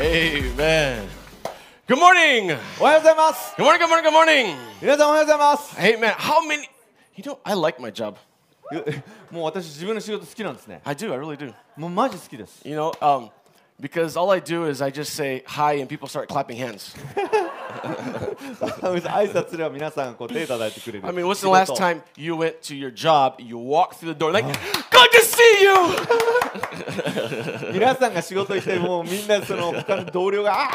Amen. Good morning. Good おはようございます morning. Good morning. Good morning. 皆さんおはようございます Amen. How many? You know, I like my job. もう私自分の仕事好きなんですね I do. I really do. もうマジ好きです You know, um, because all I do is I just say hi and people start clapping hands. 挨拶すれば皆さんこう手叩いてくれる I mean, what's the last time you went to your job? You walked through the door like, "Good to see you." 皆さんが仕事行ってもうみんなその他の同僚が「ああ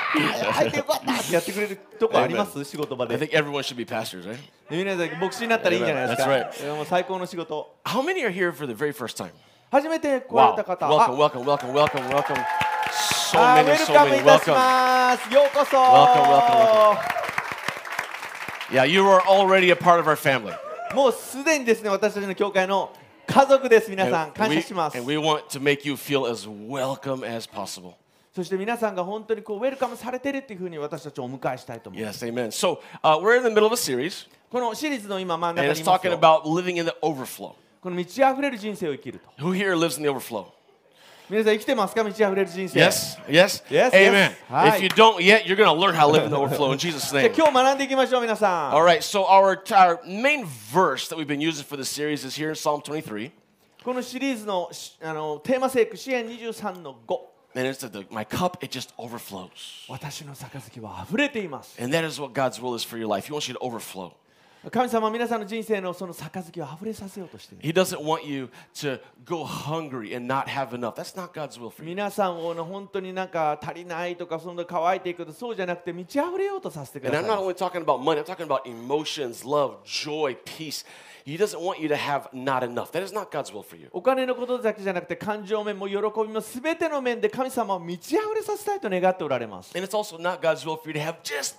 入ってよかった!」ってやってくれるとこあります仕事場 I で think everyone should be pastors, right? 皆さん牧師になったらいいんじゃないです That's right. かそれはもう最高の仕事 How many are here for the very first time? 初めて来ら Wow. れた方 Welcome, あ welcome, welcome, welcome, welcome. So あウ many, ェル so カムい many. たし Welcome. ますようこそ Welcome, Yeah, you are already a part of our family. もうすでにですね私たちの教会の家族です皆さん And 感 we, 謝します and we want to make you feel as welcome as possible. そして皆さんが本当にこうウェルカムされてるっていうふうに私たちをお迎えしたいと思う。 Yes, amen. So uh, we're in the middle of a series, このシリーズの今真ん and 中に it's います talking よ about living in the overflow. この満ち溢れる人生を生きると。 Who here lives in the overflow? 皆さん生きてますか満ち溢れる人生。 Yes, yes, Yes, amen. yes. Hi. If you don't yet, you're going to learn how to live in the overflow in Jesus' じゃ name. あ今日学んでいきましょう皆さん。 All right, so our, our main verse that we've been using for this series is here in Psalm 23, このシリーズのしあのテーマ聖句、支援23の5。 and it's that the, my cup, it just overflows. 私の杯は溢れています。 And that is what God's will is for your life. He wants you to overflow. 神様は皆さんの人生のその杯を溢れさせようとしている。 He doesn't want you to go hungry and not have enough. That's not God's will for you. 皆さんをの本当になんか足りないとかそんな乾いていくとそうじゃなくて満ち溢れようとさせてく And だ I'm さ not い。 only talking about money, I'm talking about emotions, love, joy, peace. He doesn't want you to have not enough. That is not God's will for you. お金のことだけじゃなくて感情面も喜びも全ての面で神様を満ち溢れさせたいと願っておられます And it's also not God's will for you to have just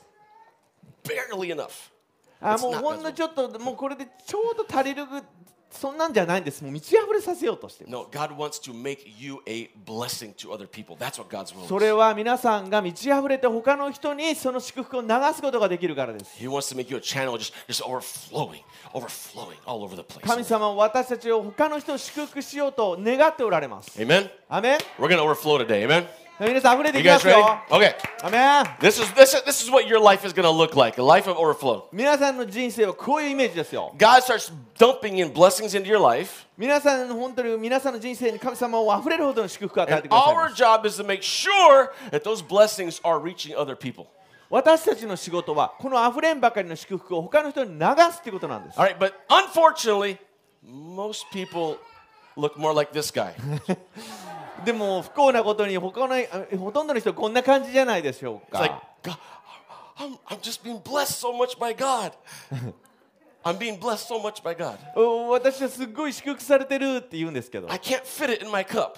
barely enough. あ That's もう not ほんのちょっともうこれでちょうど足りるぐそんなんじゃないんですもう満ち溢れさせようとしてる No, God wants to make you a blessing to other people. That's what God's will そ is. れは皆さんが満ち溢れて他の人にその祝福を流すことができるからです He wants to make you a channel just, just overflowing, overflowing all over the place. 神様は私たちを他の人を祝福しようと願っておられます Amen. アメン We're gonna overflow today. Amen. 皆さん溢れて You いきま guys す ready? よ Okay. アメン This is this is this is what your life is gonna look like. A life of overflow. 皆さんの人生はこういうイメージですよ God starts dumping in blessings into your life. 皆さんの本当に皆さんの人生に神様を溢れるほどの祝福を与え And てください our job is to make sure that those blessings are reaching other people. 私たちの仕事はこの溢れんばかりの祝福を他の人に流すっていうことなんです All right, but unfortunately, most people look more like this guy. でも不幸なことに他のあほとんどの人こんな感じじゃないでしょう It's か、 like, God, I'm, I'm just being blessed so much by God. I'm being blessed so much by God. お私はすっごい祝福されてるって言うんですけど I can't fit it in my cup.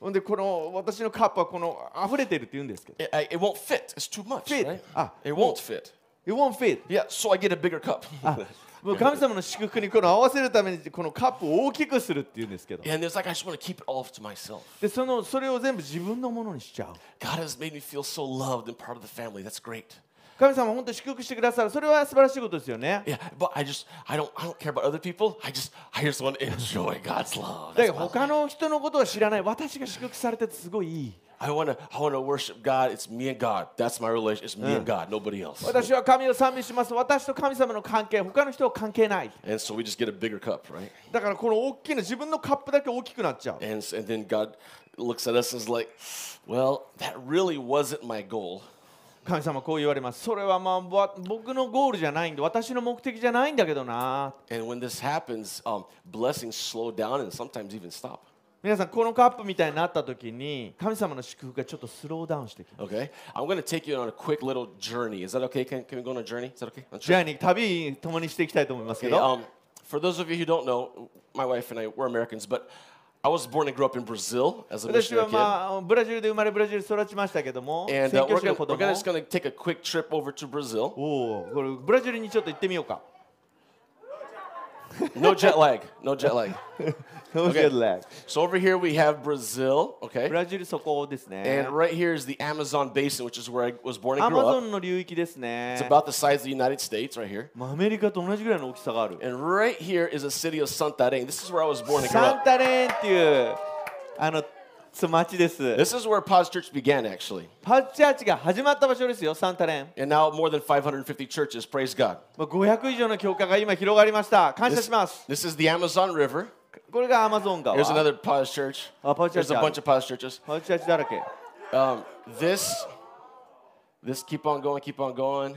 ほんでこの私のカップはこの溢れてるって言うんですけど It, I, it won't fit. It's too much. Fit. Right? Ah, it won't fit. It won't fit Yeah, so I get a bigger cup. Ah. もう神様の祝福にこの合わせるためにこのカップを大きくするって言うんですけど and it's like, I just want to keep it all to myself. でそのそれを全部自分のものにしちゃう God has made me feel so loved and part of the family. That's great. 神様本当に祝福してくださるそれは素晴らしいことですよね Yeah, but I just, I don't, I don't care about other people. I just, I just want to enjoy God's love. だけ That's ど what 他 I like. の人のことを知らない私が祝福されててすごいいい I want to, I want to worship God. It's me and God. That's my relation. It's me and God. Nobody else. 私は神を賛美します私と神様の関係他の人は関係ない And so we just get a bigger cup, right? だからこの大きな自分のカップだけ大きくなっちゃう And, s- and then God looks at us and is like, well, that really wasn't my goal. 神様こう言われますそれはまあわ僕のゴールじゃないんで私の目的じゃないんだけどな And when this happens, um, blessings slow down and sometimes even stop. 皆さんこのカップみたいになった時に神様の祝福がちょっとスローダウンしてきます Okay? I'm going to take you on a quick little journey. Is that okay? Can, can we go on a journey? Is that okay? On a ジ trip? ャーニー旅共にしていきたいと思いますけ Okay, ど、 um, for those of you who don't know, my wife and I were Americans, but I was born and grew up in Brazil as a 私 missionary は kid. まあブラジルで生まれブラジルで育ちましたけども and 宣 uh, 教 we're 師の子 going 供 to just going to take a quick trip over to Brazil. おおこれブラジルにちょっと行ってみようか No jet lag. No jet lag. Okay. Good luck. So over here we have Brazil. Okay. ブラジルそこですね And right here is the Amazon basin, which is where I was born and ア grew マゾ up. ンの領域ですね It's。about the size of the United States, right here. まあアメリカと同じぐらいの大きさがある。 And right here is the city of Santarém. This is where I was born and grew サン up. タレーンっていうあのつ町です。 This is where Paz Church began, actually. パッチャーチが始まった場所ですよ、サンタレン。 And now more than 550 churches. Praise God. まあ500以上の教会が今広がりました。感謝 This, します。 this is the Amazon River. これがアマゾン川。 Here's another Paz Church. Oh, Paz There's a Church. bunch of Paz churches. パッチャーチだらけ。 Um, this, this, keep on going, keep on going.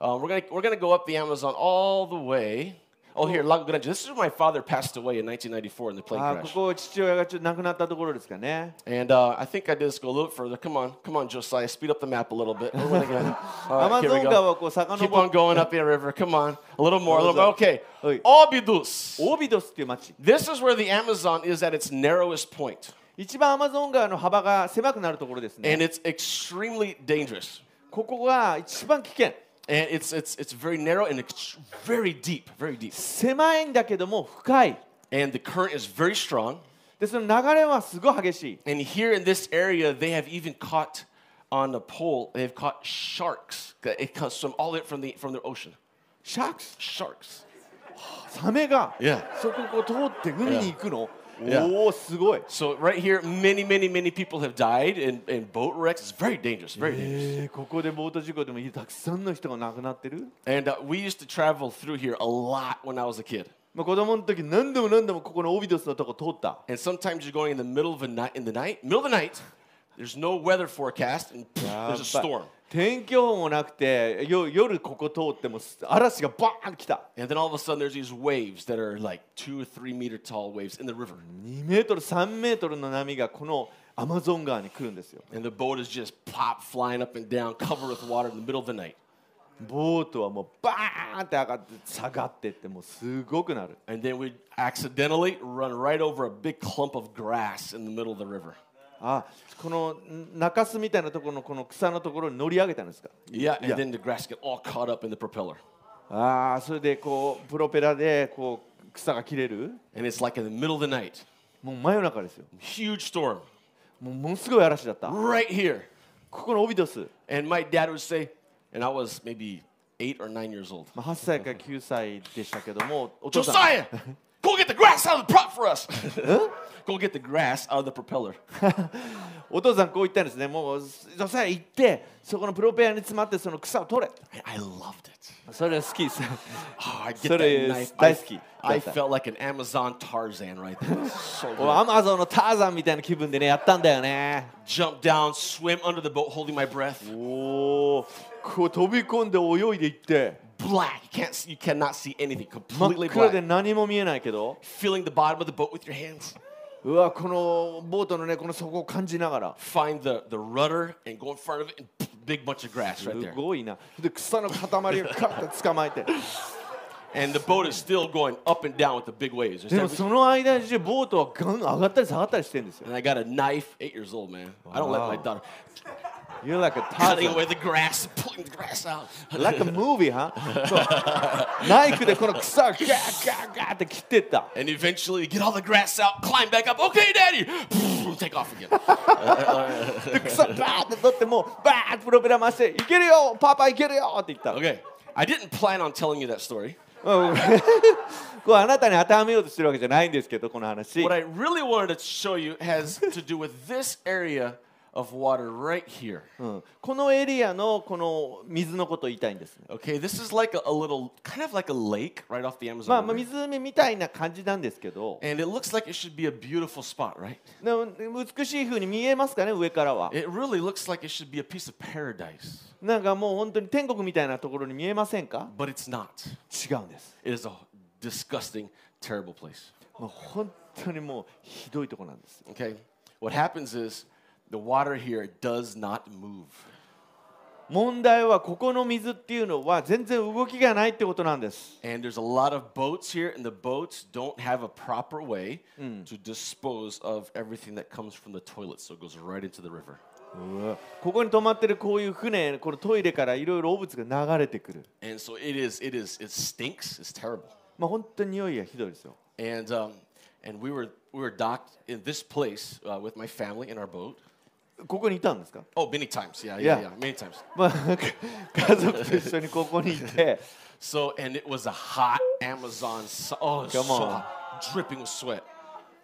Um, we're gonna we're gonna go up the Amazon all the way. Oh, here, Lago Grande. This is where my father passed away in 1994 in the plane あーこ crash. こ父親がちょっと亡くなったところですかね。 And uh, I think I did this go a little bit further. Come on, come on, Josiah, speed up the map a little bit. We're gonna go- All ア right, マ here ゾ we ン川 go. をこう遡 Keep on って、 going up the river. Come on, a little more, a little more. Okay, Oi. Obidus. オービドスっていう町。 This is where the Amazon is at its narrowest point, 一番アマゾン川の幅が狭くなるところですね。 and it's extremely dangerous. ここが一番危険。 And it's it's it's very narrow and ex- very deep, very deep. 狭いんだけども深い。 and the current is very strong. で、その流れはすごい激しい。 And here in this area, they have even caught on a pole. They've caught sharks. It comes from all it from the from the ocean. シャークス Sharks. サメが Yeah. そこをこう通って海に行くの、 Yeah. おおすごい So right here, many, many, many people have died in, in boat wrecks. It's very dangerous. Very dangerous. えーここでボート事故でもたくさんの人が亡くなってる、 And uh, we used to travel through here a lot when I was a kid. まあ、子供の時何度も何度もここのオビドスのとこ通った And sometimes you're going in the middle of the night. In the night, middle of the night, there's no weather forecast, and there's a やっぱ storm. 天気予報もなくてよ夜ここ通ってもす嵐がバーン来た And then all of a sudden, there's these waves that are like two or three meter tall waves in the river. 2メートル3メートルの波がこのアマゾン川に来るんですよ and the boat is just pop flying up and down, covered with water in the middle of the night. ボートはもうバーンって上がって下がってってもうすごくなる And then we accidentally run right over a big clump of grass in the middle of the river. あこのん中州みたいなところのこの草のところに乗り上げたんですか Yeah, and Yeah. then the grass get all caught up in the propeller. ああそれでこうプロペラでこう草が切れる And it's like in the middle of the night, もう真夜中ですよ huge storm もうものすごい嵐だったこ right here. このオビドス、 And my dad would say, and I was maybe eight or nine years old. まあ、8歳か9歳でしたけどもお父さん Josiah, go get the grass out of the prop for us. go get the grass out of the propeller. お父さんこう言ったんですねもう女性行ってそこのプロペラに詰まってその草を取れ And I loved it. それ好きです Oh, I get Sorry, that it's knife. Daisuke. I, I That's it. felt like an Amazon Tarzan right there. It was so 俺 good. アマゾンのターザンみたいな気分でねやったんだよね Jumped down, swim under the boat, holding my breath. おおこう飛び込んで泳いで行って Black. You can't. see- You cannot see anything. 真 Completely っ暗で black. 何も見えないけど Feeling the bottom of the boat with your hands. うわこのボートのねこの底を感じながら Find the the rudder and go in front of it. And pff, big bunch of grass す right there. ごいなで草の塊をカッと捕まえて And the boat is still going up and down with the big waves. There's でも every- その間中ボートはガン上がったり下がったりしてるんですよ And I got a knife. Eight years old, man. I don't Wow. let my daughter You're like a cutting Tarzan away the grass, pulling the grass out. Like a movie, huh? そうナイフでこの草をガーガーガーって切ってった And eventually get all the grass out, climb back up. Okay, daddy. Take off again. で草バーって取ってもうバーってプロペラ回して「いけるよパパいけるよ!」って言ったの Okay. I didn't plan on telling you that story. うん こうあなたに当てはめようとしてるわけじゃないんですけどこの話 What I really wanted to show you has to do with this area of water right here. うんこのエリアのこの水のことを言いたいんですね Okay, this is like a, a little, kind of like a lake right off the まあ Amazon. まあ River. 湖みたいな感じなんですけど And it looks like it should be a beautiful spot, right? でも美しい風に見えますかね上からは It really looks like it should be a piece of paradise, なんかもう本当に天国みたいなところに見えませんか but it's not. 違うんです It is a disgusting, terrible place. もう本当にもうひどいとこなんですよ Okay, what happens is the water here does not move. 問題はここの水っていうのは全然動きがないってことなんです And there's a lot of boats here, and the boats don't have a proper way to dispose of everything that comes from the toilet, so it goes right into the river. ここに止まってるこういう船このトイレからいろいろ汚物が流れてくる And so it is, it is, it stinks. It's terrible. まあ本当に匂いがひどいですよ And um, and we were we were docked in this place uh, with my family in our boat. ここにいたんですか Oh, many times. Yeah, yeah, yeah, Yeah. many times. まあ家族と一緒にここにいて So and it was a hot Amazon. Su- oh, it was Come so on. hot, dripping with sweat.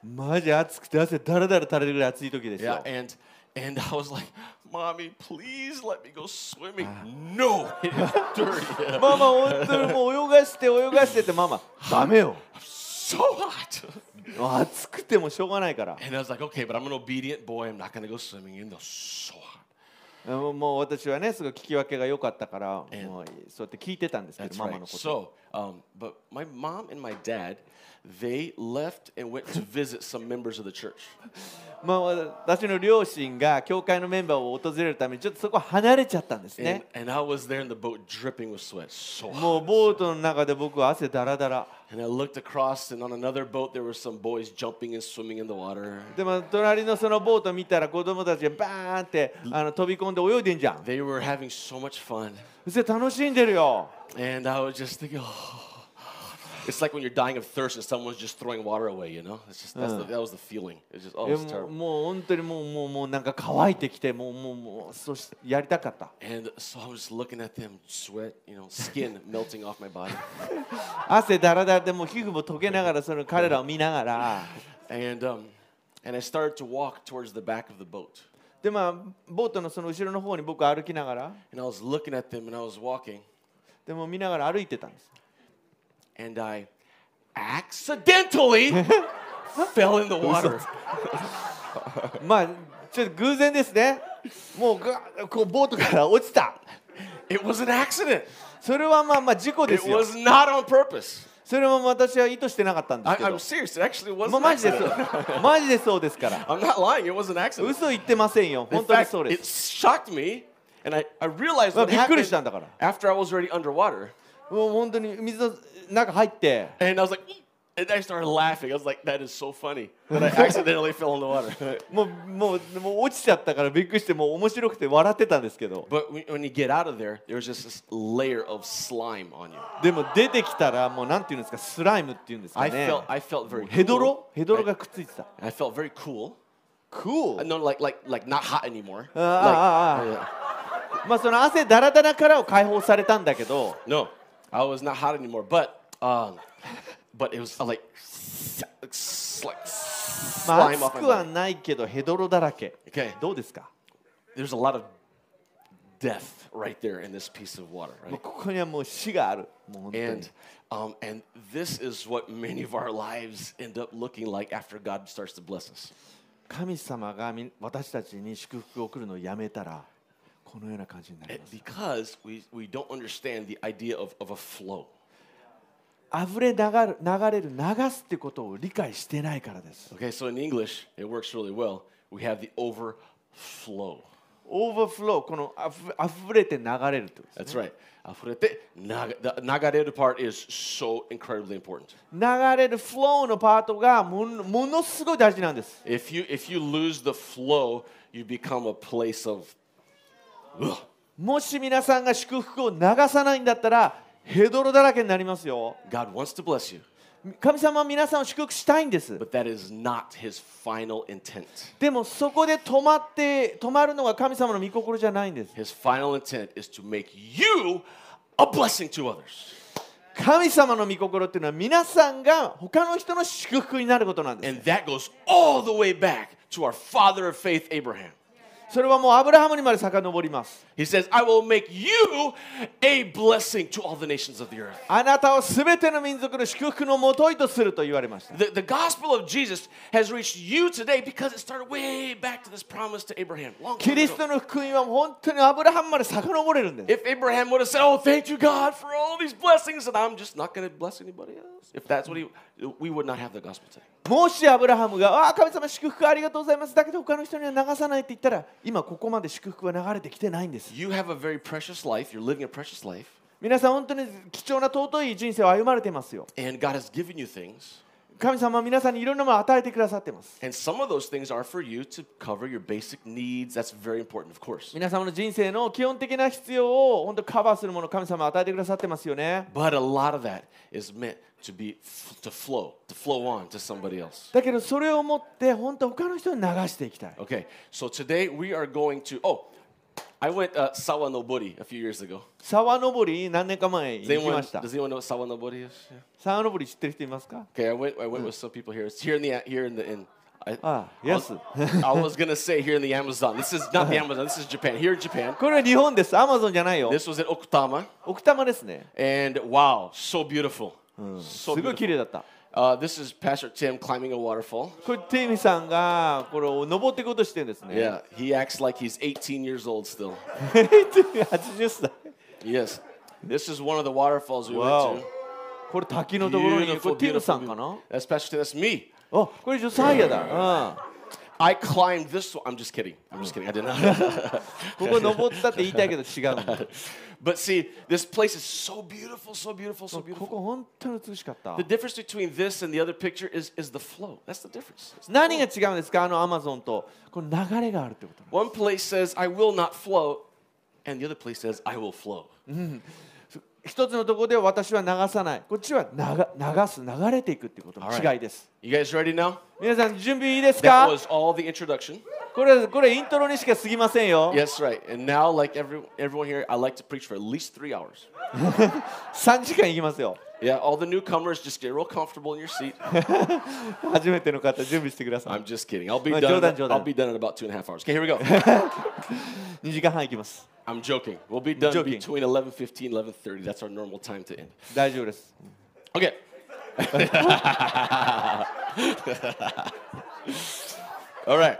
マジ暑くて汗だらだら垂れるぐらい暑い時ですよ Yeah, and and I was like, "Mommy, please let me go swimming." No, it is dirty. ママ本当にもう泳がして泳がしてってママダメよ so hot. 暑くてもしょうがないから And I was like, "Okay, but I'm an obedient boy. I'm not going to go swimming in the so hot." もうもう私はねすごい聞き分けが良かったからええもうそうやって聞いてたんですけど That's ママ right. のこと So, um, but my mom and my dad, they left and went to visit some members of the church. まあ私の両親が教会のメンバーを訪れるためにちょっとそこ離れちゃったんです And, ね and I was there in the boat dripping with sweat. So も hot. うボートの中で僕は汗だらだら And I looked across, and on another boat, there were some boys jumping and swimming in the water. でも隣のそのボート見たら子供たちがバーンってあの飛び込んで泳いでんじゃん They were having so much fun. それ楽しんでるよ And I was just thinking, oh. It's like when you're dying of thirst and someone's just throwing water away, you know? It's just, that's the, that was the feeling. It's just, oh, いや it's もう terrible. もう本当にもうもうもうなんか乾いてきてもうもうもうそしやりたかった And so I was looking at them, sweat, you know, skin melting off my body. 汗だらだらでもう皮膚も溶けながらその彼らを見ながら And, um, and I started to walk towards the back of the boat. でまあボートのその後ろの方に僕歩きながら And I was looking at them and I was walking. でも見ながら歩いてたんです And I accidentally fell in the water. まあちょっと偶然ですねもうガーこうボートから落ちた It was an accident. それはまあまあ事故で It すよ was not on purpose. それも私は意図してなかったんで I, すけど I'm serious. It actually was まあ an マジで accident. そうマジでそうですから I'm not lying. It was an accident. 嘘言ってませんよ In 本当に fact, そうで it す shocked me, and I, I realized まあ what びっくりしたん happened だから after I was already underwater. もう本当に水の中入って。 And I was like, "Eek." and I started laughing. I was like, that is so funny. But I accidentally fell in the water. もうもうもう落ちちゃったからびっくりしてもう面白くて笑ってたんですけど But when when you get out of there, there's just this layer of slime on you. でも出てきたらもうなんていうんですかスライムっていうんですか I ね felt I felt very ヘド cool. ロヘドロがくっついてた I felt very cool. Uh, Cool No, like like like not hot anymore. Ah, ah, Like- uh, yeah. まあその汗だらだらからを解放されたんだけど No, I was not hot anymore. But um, but it was uh, like まあ like slime 熱 off my くは body. ないけどヘドロだらけ Okay. どうですか There's a lot of death right there in this piece of water. もう Right? ここにはもう死があるもう本当に And um, and this is what many of our lives end up looking like after God starts to bless us. 神様がみ私たちに祝福を送るのをやめたらこのような感じになり It- ます because we, we don't understand the idea of, of a flow. 溢れ流る流れる流すってことを理解してないからです Okay, so in English, it works really well. We have the overflow. オーバーフローこのあふあふれて流れるってことです That's right. Afurete, naga- the nagareru part is so incredibly important. 流れるフローのパートがものものすごい大事なんです If you if you lose the flow, you become a place of ugh. もし皆さんが祝福を流さないんだったらヘドロだらけになりますよ God wants to bless you, 神様は皆さんを祝福したいんです but that is not his final intent. でもそこで止まって止まるのが神様の御心じゃないんです His final intent is to make you a blessing to others. 神様の御心っていうのは皆さんが他の人の祝福になることなんです And that goes all the way back to our father of faith, Abraham. それはもうアブラハムにまで遡ります He says, I will make you a blessing to all the nations of the earth. あなたを全ての民族の祝福のもといとすると言われました The, the gospel of Jesus has reached you today because it started way back to this promise to Abraham. Long キ time リス ago. トの福音は本当にアブラハムまで遡れるんです If Abraham would have said, Oh, thank you, God, for all these blessings, and I'm just not going to bless anybody else, if that's what he, we would not have the gospel today. もしアブラハムが「ああ神様祝福ありがとうございます」だけど他の人には流さないって言ったら今ここまで祝福は流れてきてないんです You have a very precious life. You're living a precious life, 皆さん本当に貴重な尊い人生を歩まれてますよ and God has given you things. 神様は皆さんにいろんなものを与えてくださってます And some of those things are for you to cover your basic needs. That's very important, of course. 皆様の人生の基本的な必要を本当カバーするものを神様は与えてくださってますよね But a lot of that is meant to be f- to flow, to flow on to somebody else. だけどそれを持って本当他の人に流していきたい Okay, so today we are going to. Oh, I went uh, Sawa Nobori a few years ago. 沢登り何年か前行 Does き anyone, ました does anyone know what Sawa Nobori is? Yeah. 沢登り知ってる人いますか Okay, I went. I went with some people here. It's here in the here in the in. I, ああ、 I ヤ was- ス。 I was gonna say here in the Amazon. This is not the Amazon. This is Japan. Here in Japan. これは日本です。アマゾンじゃないよ。 This was at Okutama, 奥多摩ですね。 and wow, so beautiful. す So ごい beautiful. 綺麗だった。 Uh, this is Pastor Tim climbing a waterfall. これテイミさんがこれを登っていこうとしてるんですね。 Yeah, he acts like he's 18 years old still. 80歳。 Yes, this is one of the waterfalls we Wow. went to. これ滝のところにいるこ Beautiful, れティムさん beautiful. かな beautiful. That's Pastor Tim. That's me. あこれジョサイアだ、 I climbed this. one- I'm just kidding. I'm just kidding. I did not. うん、ここ登ったって言いたいけど違うんだ but see, this place is so beautiful, so beautiful, so こ beautiful. こ本当に美しかった The difference between this and the other picture is, is the flow. That's the difference. It's the 何が flow. 違うんですかあのアマゾンとこの流れがあるってことなの One place says, I will not flow, and the other place says, I will flow. 一つのところで私は流さないこっちは流流す流れていくってことの Alright. 違いです、 You guys ready now? 皆さん準備いいです That か was all the introduction. これこれイントロにしか過ぎませんよ、 Yes, right. And now, like every, everyone here, I like to preach for at least three hours. 3時間いきますよ Yeah, all the newcomers, just get real comfortable in your seat. 初めての方準備してください I'm just kidding. I'll be Uh, done. Jordan, Jordan. I'll be done in about two and a half hours. Okay, here we go. 2時間半いきます I'm joking. We'll be done Joking. between 11:15, 11:30. That's our normal time to end. 大丈夫です Okay. All right.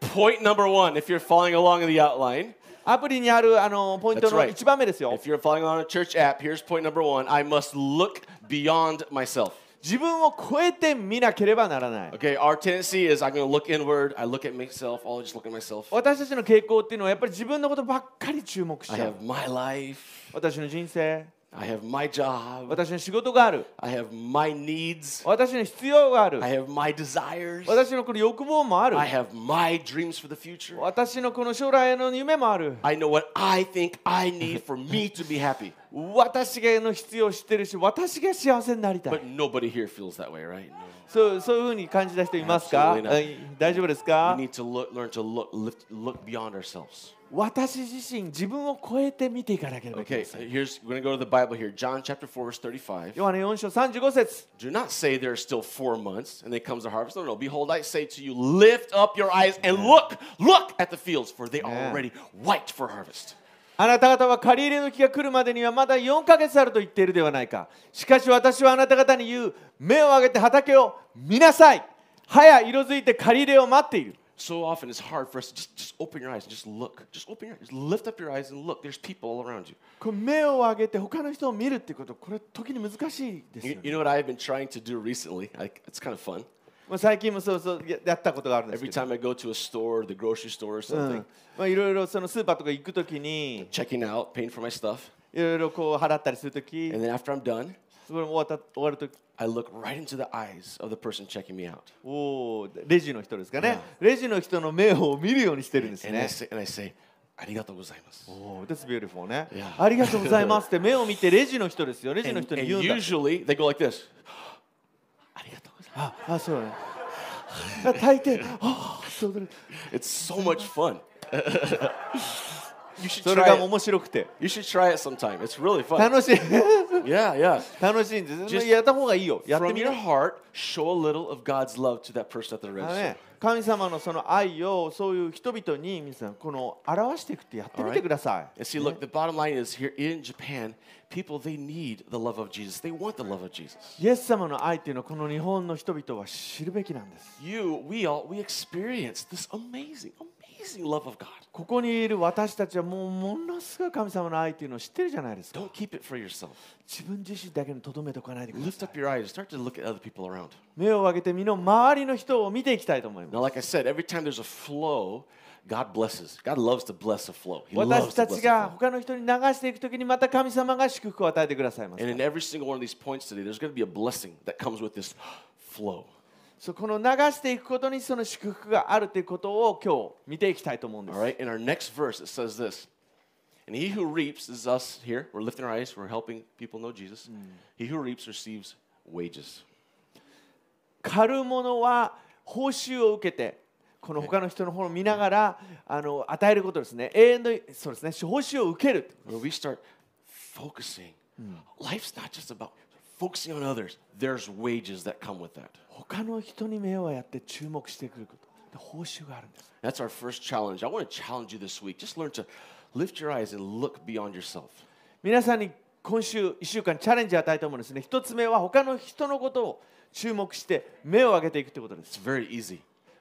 Point number one, if you're following along in the outline, アプリにあるあのポイント That's の right. 1番目ですよ if you're following along on a church app, here's point number one. I must look beyond myself. 自分を超えてみなければならない Okay, our tendency is I'm gonna look inward, I look at myself, I'll just look at myself. 私たちの傾向っていうのはやっぱり自分のことばっかり注目し I ちゃう have my life, 私の人生 I have my job, 私の仕事がある I have my needs, 私の必要がある I have my desires, 私のこの欲望もある I have my dreams for the future. 私のこの将来への夢もある I know what I think I need for me to be happy. 私がの必要を知ってるし私が幸せになりたい But nobody here feels that way, right? No. そうそういうふうに感じた人いますか Absolutely not. はい大丈夫ですか We need to look, learn to look, lift, look beyond ourselves. 私自身自分を超えて見ていかなければいけま Okay, せん here's we're gonna go to the Bible here. John chapter four, verse thirty-five. ヨハネ4章35節 Do not say there are still four months, and then comes the harvest. No, no. Behold, I say to you, lift up your eyes and look, look at the fields, for they are Yeah. already white for harvest. あなた方は借り入れの日が来るまでにはまだ4ヶ月あると言っているではないか。しかし私はあなた方に言う、目を上げて畑を見なさい。葉や色づいて借り入れを待っている。 So often it's hard for us to just, just open your eyes and just look. Just open your eyes, lift up your eyes and look. There's people all around you. これ目を上げて他の人を見るっていうこと、これ時に難しいです You, よ、ね。 you know what I've been trying to do recently? I, it's kind of fun. まあ、最近もそうそうややったことがあるんです Every けど。 time I go to a store, the grocery store or う something, んまあ、いろいろそのスーパーとか行くときに checking out, paying for my stuff, いろいろこう払ったりするとき and then after I'm done, それも終わった終わるとき I look right into the eyes of the person checking me out, おーレジの人ですかね、レジの人の目を見るようにしてるんですね and I say, and I say, "Arigato gozaimasu." おお、That's beautiful ね。 Yeah. ありがとうございますって目を見てレジの人 ですよ。レジの And, 人に and 言うんだ。 usually they go like this. "Arigato gozaimasu." あ、あ、そうだね。あ大抵、ああ、そうだね。 It's so much fun. you should それが try. 面 It. 白くて You should try it sometime. It's really fun. 楽しい Yeah, yeah. 楽しいんです。 Just やった方がいいよ。やって From みよ your Oh, う。 heart, show a little of God's love to that person at the あの register. ね、神様のその愛をそういう人々に皆さんこの表していくってやってみてくださ And い。 see, look, the bottom line is here in Japan, people, they need the love of Jesus. They want the love of Jesus. イエス様の愛っていうのはこの日本の人々は知るべきなんです。 You, we all, we experience this amazing, amazing love of God. ここにいる私たちはもうものすごい神様の愛っていうのを知ってるじゃないですか。 Don't keep it for yourself. 自分自身だけにとどめておかないでください Lift。up your eyes. Start to look at other people around. 目を上げて身の周りの人を見ていきたいと思いま Now, す。 like I said, every time there's a flow, God blesses. God loves to bless a flow. He 私 loves た to ち bless が a flow. 他の人に流していくときにまた神様が祝福を与えてくださいます And。in every single one of these points today, there's going to be a blessing that comes with this flow. そうこの流していくことにその祝福があるということを今日見ていきたいと思うんで All す。 right, in our next verse, it says this. And he who reaps this is us here. We're lifting our eyes, we're helping people know Jesus. He who reaps receives wages. 狩る者は報酬を受けて、この他の人の方を見ながらあの与えることですね永遠のそうですね報酬を受ける When we start focusing, life's not just about focusing on others. There's wages that come with that. 他の人に目をやって注目してくることで報酬があるんです That's our first challenge. I want to challenge you this week. Just learn to lift your eyes and look beyond yourself. 皆さんに今週1週間チャレンジを与えたと思うんですね一つ目は他の人のことを注目して目を上げていくということです It's very easy.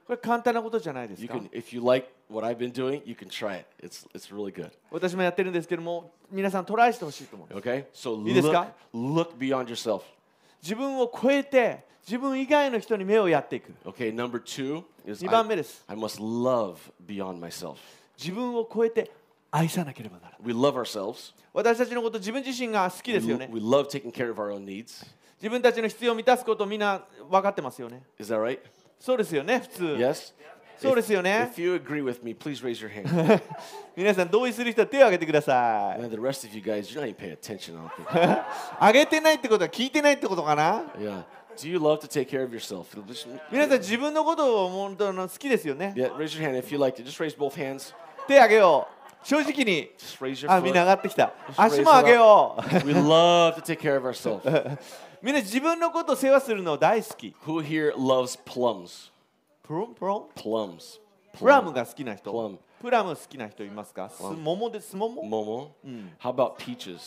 これ簡単なことじゃないです You か can, if you like what I've been doing, you can try it. It's it's really good. 私もやってるんですけども皆さんトライしてほしいと思うんです Okay, so いいですか look, look beyond yourself. 自分を超えて自分以外の人に目をやっていく Okay, number two is 2 I, 番目です I must love beyond myself. 自分を超えて愛さなければならない We love ourselves. 私たちのこと自分自身が好き We, ですよね we love taking care of our own needs. 自分たちの必要を満たすことをみんな分かってますよね Is that right? そうですよね普通、 Yes. そうですよね If you agree with me, please raise your hand. 皆さん同意する人は手を挙げてください and the rest of you guys, you're not even paying attention. I don't think. 挙げてないってことは聞いてないってことかな yeah. Do you love to take care of yourself? 皆さん自分のことを本当の好きですよね Yeah, raise your hand if you like to. Just raise both hands. 手挙げよう正直 に Just raise your あみんな foot. 上がってき た Just raise 足も上げよ We love to take care of ourselves. うみんな自分のことを世話するの大好き Who here loves plums? プロンプロン Plums. プラムが好きな人プラムプラム好きな人いますかす桃です桃 Momo. How about peaches?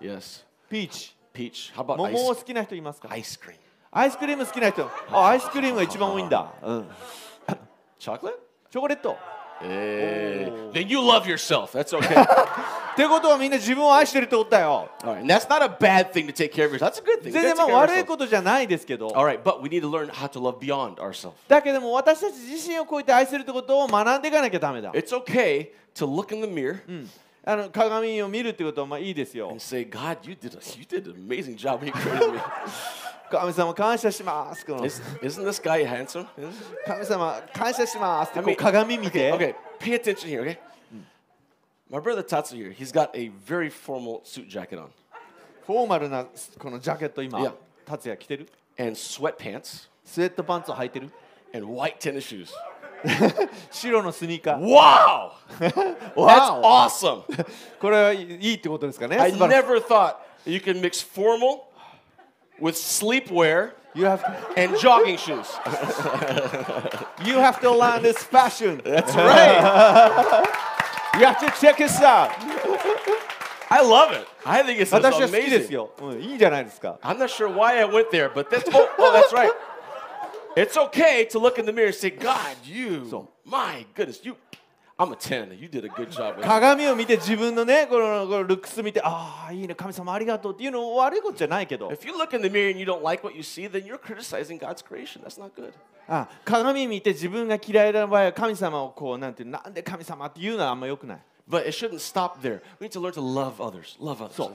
Yes. ピーチ Peach. How about 桃を ice, 好きな人いますか ice cream? アイスクリーム好きな人あアイスクリームが一番多いんだ、うん、 Chocolate? チョコレート Hey. Oh. Then you love yourself. That's okay. All ってことはみんな自分を愛してるってことだよ right. And that's not a bad thing to take care of yourself. That's a good thing. 全 We gotta 然まあ悪い take care of ourselves. ことじゃないですけど All right, but we need to learn how to love beyond ourselves. だけども私たち自身を超えて愛するってことを学んでいかなきゃダメだ It's okay to look in the mirror あの鏡を見るってことはまあいいですよ and say, God, you did a, you did an amazing job when you created me. 神様感謝しますこの Is, isn't this guy handsome? 神様感謝しますってこ I う mean- 鏡見 Okay, て、 okay, pay attention here, okay? My brother Tatsu here, he's got a very formal suit jacket on フォーマルなこのジャケット今いや達也着てる and sweatpants スウェットパンツを履いてる and white tennis shoes. 白のスニーカー Wow! That's わお awesome! これはいいいってことですかね I 素晴らしい never thought you can mix formal with sleepwear You have to- and jogging shoes. You have to learn this fashion. That's right. You have to check this out. I love it. I think it's 私は好きで amazing. すよ。うん、いいじゃないですか。 I'm not sure why I went there, but that's oh, oh that's right. It's okay to look in the mirror and say, God, you, So- my goodness, you, I'm a 10. You did a good job. 鏡を見て自分のね、このこのルックス見て、ああ、いいね、神様ありがとうっていうの悪いことじゃないけど、 If you look in the mirror and you don't like what you see, then you're criticizing God's creation. That's not good. あ鏡見て自分が嫌いな場合は神様をこう、なんていう、なんで神様って言うのはあんま良くない。 But it shouldn't stop there. We need to learn to love others. Love others.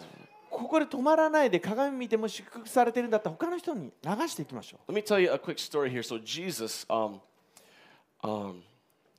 ここで止まらないで鏡見ても祝福されてるんだったら他の人に流していきましょ Let me tell you a quick story here. So Jesus, um, um,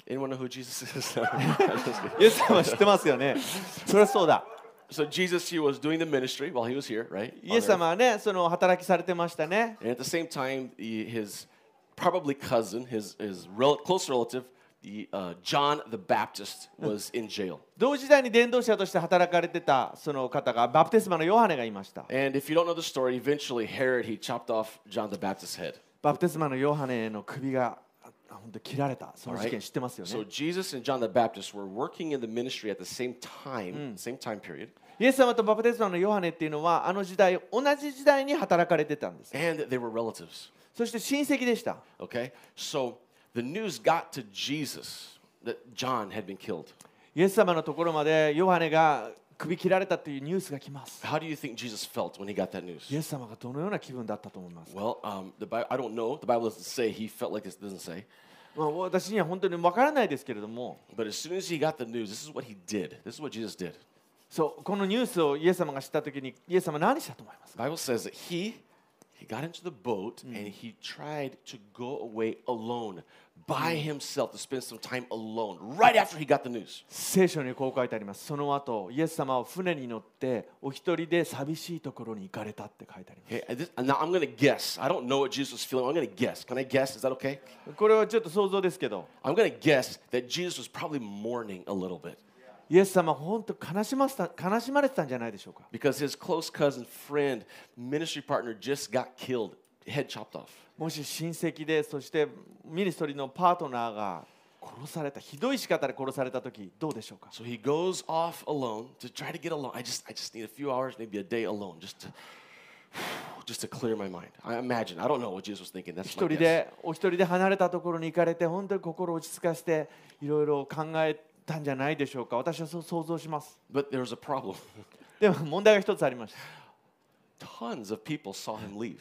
anyone know who Jesus is? I'm just kidding. う。イエス様知ってますよね。 そりゃそうだ。 so Jesus, he was doing the ministry while he was here, right? イエス On earth. 様はね、その働きされてましたね。 And at the same time, he- his probably cousin, his his rel- close relative, the uh, John the Baptist, was in jail. 同時代に伝道者として働かれてたその方がバプテスマのヨハネがいました And if you don't know the story, eventually Herod he chopped off John the Baptist's head. バプテスマのヨハネの首があ本当切られたその事 Right? 件知ってますよ So ね Jesus and John the Baptist were working in the ministry at the same time, same time period, イエス様とバプテスマのヨハネっていうのはあの時代同じ時代に働かれてたんです and they were relatives. そして親戚でした Okay? So the news got to Jesus that John had been killed. イエス様のところまでヨハネが首切られたというニュースが来ます How do you think Jesus felt when he got that news? イエス様がどのような気分だったと思いますか、 Well, um, the Bi- I don't know. The Bible doesn't say he felt like this, doesn't say. まあ、私には本当にわからないですけれども But as soon as he got the news, this is what he did. This is what Jesus did. そうこのニュースをイエス様が知った時にイエス様何したと思います The Bible says that he He got into the boat and he tried to go away alone, by himself, to spend some time alone, right after he got the news. 聖書にこう書いてありますその後イエス様は船に乗ってお一人で寂しいところに行かれたって書いてありま Okay, and this- and now I'm going to guess. I don't know what Jesus was feeling. I'm going to guess. Can I guess? Is that okay? すこれはちょっと想像ですけど I'm going to guess that Jesus was probably mourning a little bit イエス様本当悲しました悲しまれてたんじゃないでしょうか because his close cousin, friend, ministry partner just got killed, head chopped off. もし親戚でそしてミニストリーのパートナーが殺されたひどい仕方で殺された時どうでしょうか So he goes off alone to try to get alone. I just, I just need a few hours, maybe a day alone, just to, just to clear my mind. I imagine. I don't know what Jesus was thinking. That's 一 my 人 guess. でお一人で離れたところに行かれて本当に心を落ち着かせていろいろ考えたんじゃないでしょうか私はそう想像します But there was a problem. でも問題が一つありました Tons of people saw him leave,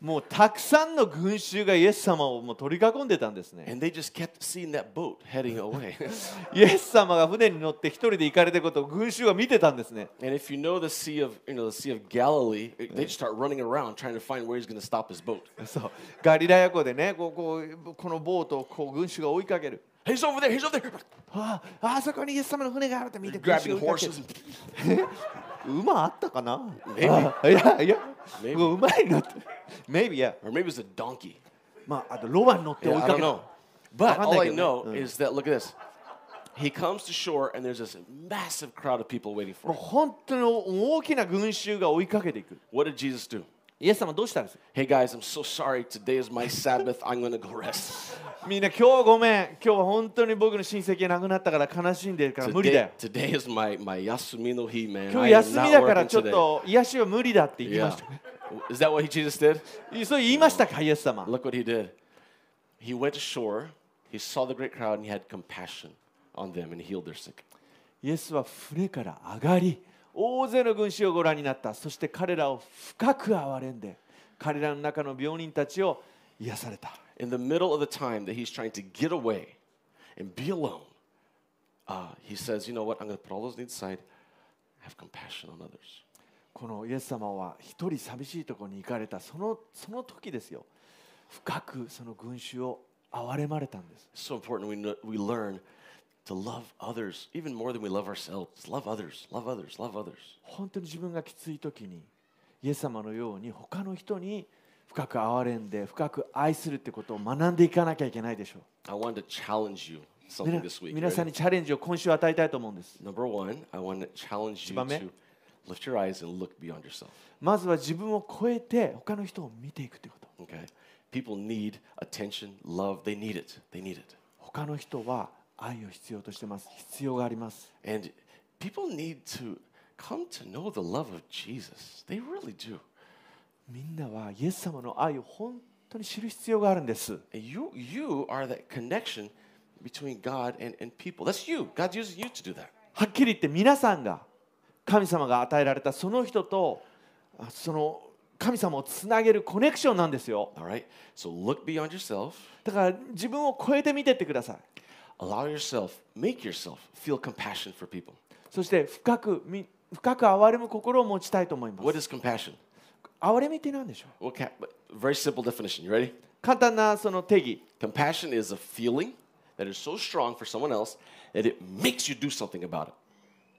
もうたくさんの群衆がイエス様をもう取り囲んでたんですね and they just kept seeing that boat heading away. イエス様が船に乗って一人で行かれてることを群衆が見てたんですね and if you know the Sea of, you know, the Sea of Galilee, it- they just start running around trying to find where he's going to stop his boat. そうガリラヤ湖でねこうこうこのボートをこう群衆が追いかける He's over there. He's over there. あああそこにイエス様の船があるって見て They're 群衆 grabbing が追いかける horses. 馬あったかな Maybe. あいやいや Maybe. もう馬に乗って maybe いや Or maybe it was a donkey. まああとロバに乗って追 Yeah, い I か don't ける know. But I all I like it, know man. is that look at this. He comes to shore and there's this massive crowd of people waiting もう for him. 本当に大きな群衆が追いかけていく What did Jesus do? イエス様どうしたんですか Hey guys, I'm so sorry. Today is my Sabbath. I'm gonna go rest. みんな今日ごめん今日は本当に僕の親戚が亡くなったから悲しんでるから無理だよ Today, today is my my yasumi no hi, man. 今日 I am 休みだ not か working らちょっ today. と癒しは無理だって言いま Yeah. した、 Is that what he Jesus did? そう言いましたかイエス様 Look what he did. He went to shore. He saw the great crowd and he had compassion on them and healed their sick. イエスは船から上がり大勢の群衆をご覧になったそして彼らを深く憐れんで彼らの中の病人たちを癒された in the middle of the time that he's trying to get away and be alone, uh, he says, You know what? I'm going to put all those needs aside, have compassion on others. このイエス様は一人寂しいところに行かれたそのその時ですよ深くその群衆を憐れまれたんです It's so important we, know, we learn to love others even more than we love ourselves. Love others, love others, love others. 本当に自分がきつい時にイエス様のように他の人に深く憐れんで深く愛するってことを学んでいかなきゃいけないでしょ I wanted to challenge you う something 皆 this week. 皆さん Ready? にチャレンジを今週与えたいと思うんです Number one, I want to challenge you Chibame. to lift your eyes and look beyond yourself. まずは自分を超えて他の人を見ていくってこと Okay? People need attention, love. They need it. They need it. 他の人は愛を必要としてます必要があります And people need to come to know the love of Jesus. They really do. みんなはイエス様の愛を本当に知る必要があるんです And you, you are that connection between God and, and people. That's you. God's using you to do that. はっきり言って皆さんが神様が与えられたその人とあその神様をつなげるコネクションなんですよ All right? So look beyond yourself, だから自分を超えて見てってください allow yourself, make yourself feel compassion for people. そして深くみ深く憐れむ心を持ちたいと思いま What す is compassion? 憐れみって何でしょう Well, ca- but very simple definition. You ready? 簡単なその定義 Compassion is a feeling that is so strong for someone else that it makes you do something about it.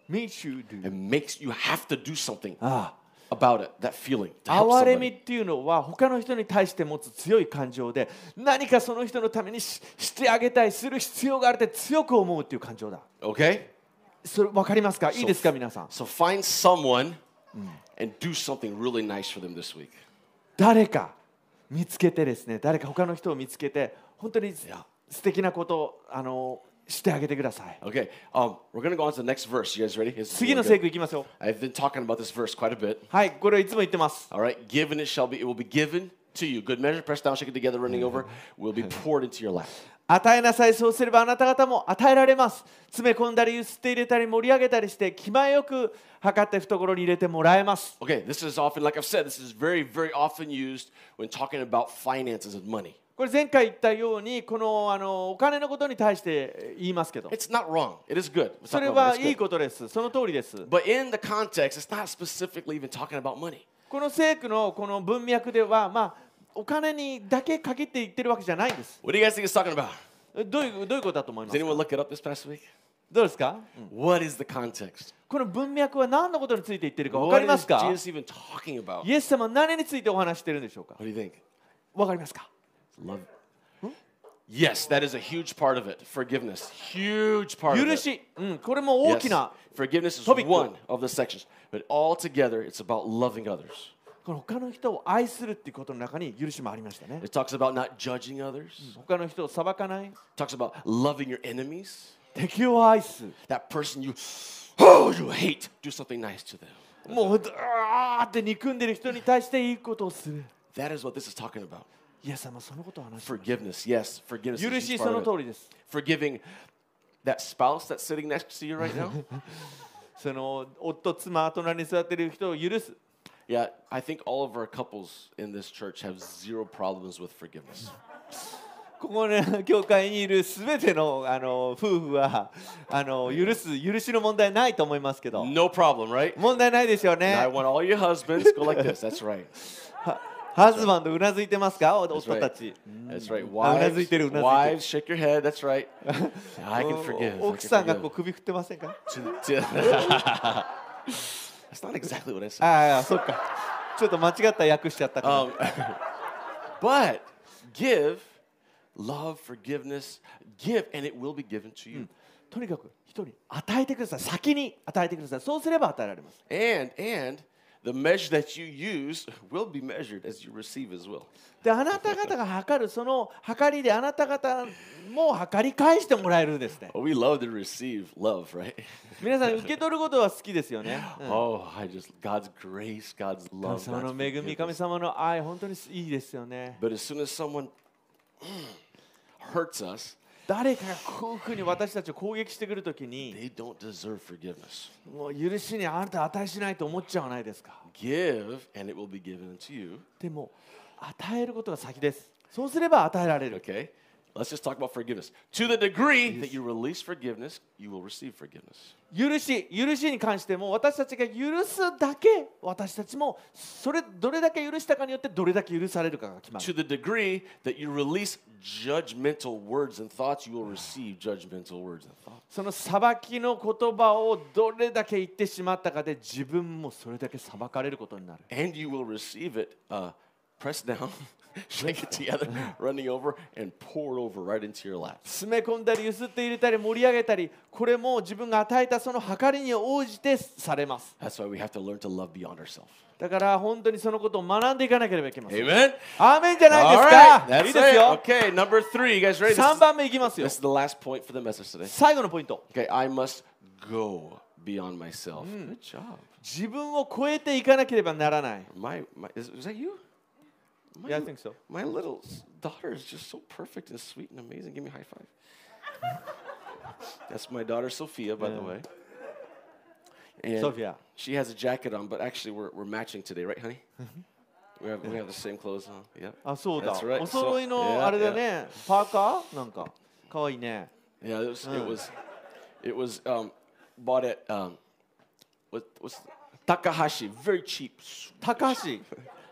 Meet you do It makes you have to do something ああ about it, that feeling. To help 憐れ somebody. みっていうのは他の人に対して持つ強い感情で何かその人のためにししてあげたいする必要があるって強く思うっていう感情だ Okay? それ分かりますかいいですか So- 皆さん So find someone and do something really nice for them this week. 誰か見つけてですね誰か他の人を見つけて本当にすや素敵なことをあのしてあげてください Okay, um, we're gonna go on to the next verse. You guys ready? This is 次の really 聖 good. 句いきますよ I've been talking about this verse quite a bit. はいこれはいつも言ってます All right, given it shall be, it will be given to you. Good measure, pressed down, shaken together, running over, will be poured into your lap. 与えなさいそうすればあなた方も与えられます詰め込んだりゆすって入れたり盛り上げたりして気前よく測って懐に入れてもらえます Okay, this is often, like I've said, this is very, very often used when talking about finances and money. これ前回言ったようにこのあのお金のことに対して言いますけど It's not wrong. It is good. It's そ not れ wrong. は It's いい good. ことですその通りです But in the context, it's not specifically even talking about money. この聖句のこの文脈では、まあ、お金にだけ限って言ってるわけじゃないんです。 What do you guys think it's talking about? どういうどういうことだと思いま Did すか anyone look it up this past week? どうですか、うん What is the context? この文脈は何のことについて言ってるか分か What りま is すか Jesus even talking about? イエス様は何についてお話してるんでしょうか What do you think? 分かりますか Love. Yes, that is a huge part of it. Forgiveness. Huge part 許 of it. し、うん、これも大 Yes. きな、 Forgiveness is topic. one of the sections. But all together, it's about loving others. この他の人を愛するっていうことの中に許しもありましたね It talks about not judging others. 他の人を裁かない It talks about loving your enemies. 敵を愛す That person you oh you hate, do something nice to them. もうあーって憎んでる人に対していいことをする That is what this is talking about. イエス様はそのことを話してる Forgiveness. Yes, forgiveness. 許 Is a し huge そ part の of 通 it. りです Forgiving that spouse that's sitting next to you right now. その夫妻隣に座ってる人を許す Yeah, I think all of our couples in this church have zero problems with forgiveness. ここね教会にいるすべてのあの夫婦はあの許す許しの問題ないと思いますけど No problem, right? 問題ないですよ And I ね want all your husbands go like this. That's right. ハズバンドうなずいてますかお That's 夫 right. たち That's right. うなずいてる、 Wives, うなずいてる。 wives, shake your head. That's right. I can お forgive. I can 奥さんがこう forgive. 首振ってませんか oh, To- to- That's not exactly what I said. ああそっかちょっと間違った訳しちゃったから、 Um, but give love, forgiveness, give, and it will be given to you. とにかく人に与えてください先に与えてくださいそうすれば与えられます And and the measure that you use will be measured as you receive as well. であなた方が測るその測りであなた方も測り返してもらえるんです ね Well, we love to receive love, right? 皆さん受け取ることは好きですよ ね、うん Oh, I just God's grace, God's 神 love. 様 God's の恵み、神 forgiveness. 様の愛、本当にいいですよね。 But as soon as someone hurts us, 誰かがこういうふうに私たちを攻撃してくるときに、 they don't deserve forgiveness. もう許しにあなた値しないと思っちゃわないですか。 Give, and it will be given unto you. でも、与えることが先です。そうすれば与えられる。 Okay. Let's just talk about forgiveness. To the degree that you release forgiveness, you will receive forgiveness. 許し、許しに関しても、私たちが許すだけ、私たちも、それ、どれだけ許したかによって、どれだけ許されるかが決ま To る。 the degree that you release judgmental words and thoughts, you will receive judgmental words and thoughts. その裁きの言葉をどれだけ言ってしまったかで、自分もそれだけ裁かれることになる。 And you will receive it uh, pressed down, shake it together, running over, and poured over right into your lap. 詰め込んだりゆすって入れたり盛り上げたりこれも自分が与えたその計りに応じてされます That's why we have to learn to love beyond ourselves. だから本当にそのことを学んでいかなければいけません Amen. アーメンじゃない All right, ですかいいで that's す it. よ Okay, number three. You guys ready? 3 This 番目いきますよ is the last point for the message today. 最後のポイント Okay, I must go beyond myself. Mm, Good job. 自分を超えていかなければならない My, my is, is that you? My, Yeah, I li- think so. My little s- daughter is just so perfect and sweet and amazing. Give me a high five. That's my daughter Sophia, by the Yeah. way. And Sophia. She has a jacket on, but actually we're, we're matching today, right, honey? Mm-hmm. we, have, we have the same clothes on. Yep. あそうだ That's right. お揃い So- の yeah, あれだねパーカーなんかかわいいね Yeah, it was uh. it was, it was um, bought at um, what, what's Takahashi, very cheap. 高橋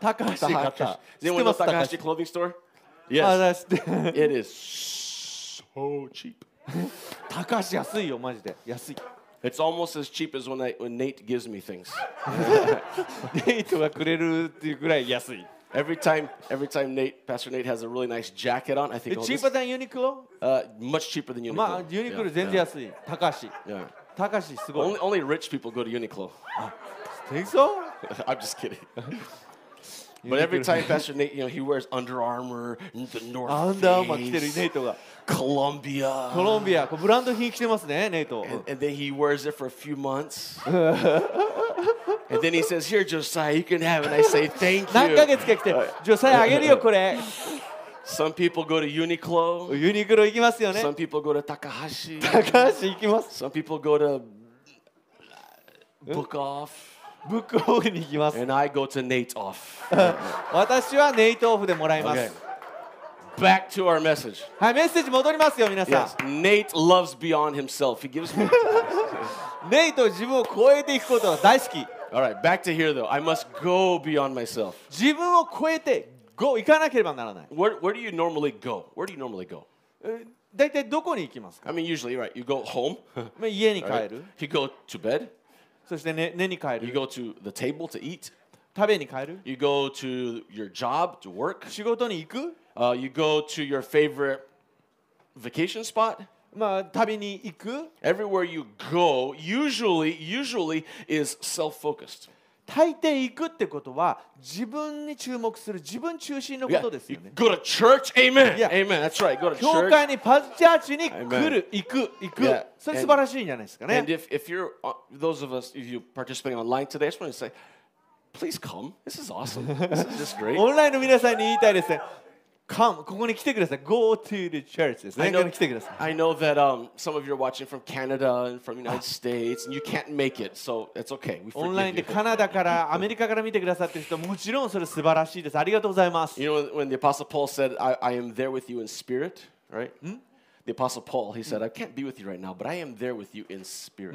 高橋買った知 Takahashi. Does っ anyone て know ます Takahashi 高 clothing store? 橋あ Yes, だ知ってる it is so cheap. 高橋安いよマジで安い It's almost as cheap as when I, when Nate gives me things. デートがくれるっていうぐらい安い Every time, every time Nate, Pastor Nate has a really nice jacket on, I think え oh, チー this, パターンユニクロ uh, much cheaper than Uniqlo. まあユニクロ Yeah, 全 yeah, 然安い。高橋。 yeah. 高橋すごい。 Only, only rich people go to Uniqlo. Think so? I'm just kidding. But every time Pastor Nate, you know, he wears Under Armour, the ア North ンダーマー着てるネイ Face, トが。 Columbia, コロンビア、こうブランド品着てますね、ネイト。 and, and then he wears it for a few months. and then he says, "Here, Josiah, you can have it." I say, "Thank 何ヶ you." 月か着て、女性あげるよ、これ。 Some people go to Uniqlo. ユニクロ行きますよね。 Some people go to Takahashi. 高橋行きます。 Some people go to Book Off, ブックオフに行きます。 and I go to Nate Off. 私はネイトオフでもらいます。 Okay. Back to our message. はい、メッセージ戻りますよ、皆さん。 Yes, Nate loves beyond himself. He gives me. ネイト自分を超えていくことが大好き。 All right, back to here though. I must go beyond myself. 自分を超えてご行かなければならない。 Where, where do you normally go? Where do you normally go? え大体どこに行きますか I mean, usually, right? You go home, まあ家に all 帰 right? る。 you go to bed, そして寝寝に帰 you る。 go to the table to eat, 食べに帰る。 you go to your job to work, 仕事に行く uh, you go to your favorite vacation spot. まあ旅に行く Everywhere you go, usually, usually is self-focused. 大抵行くってことは自分に注目する自分中心のこ Yeah, とですよ you ね。 go to church, amen, Yeah. amen. That's right. Go to 教 church. 会にパズチャーチに来 Amen. る、行く、行く Yeah.。それ素晴らしいんじゃないですか And ね。 if, if you're uh, those of us if you participating online today, I just want to say, please come. This is awesome. this is just great. オンラインの皆さんに言いたいですね。Come ここに来てください。Go to the church ですね。ここに来てください。 I know that um, some of you are watching from Canada and from the United States, and you can't make it, so it's okay. We オンライン forgive で you. カナダからアメリカから見てくださってる人もちろんそれ素晴らしいです。ありがとうございます。 You know when the Apostle Paul said, I, "I am there with you in spirit," right? The Apostle Paul he said, "I can't be with you right now, but I am there with you in spirit."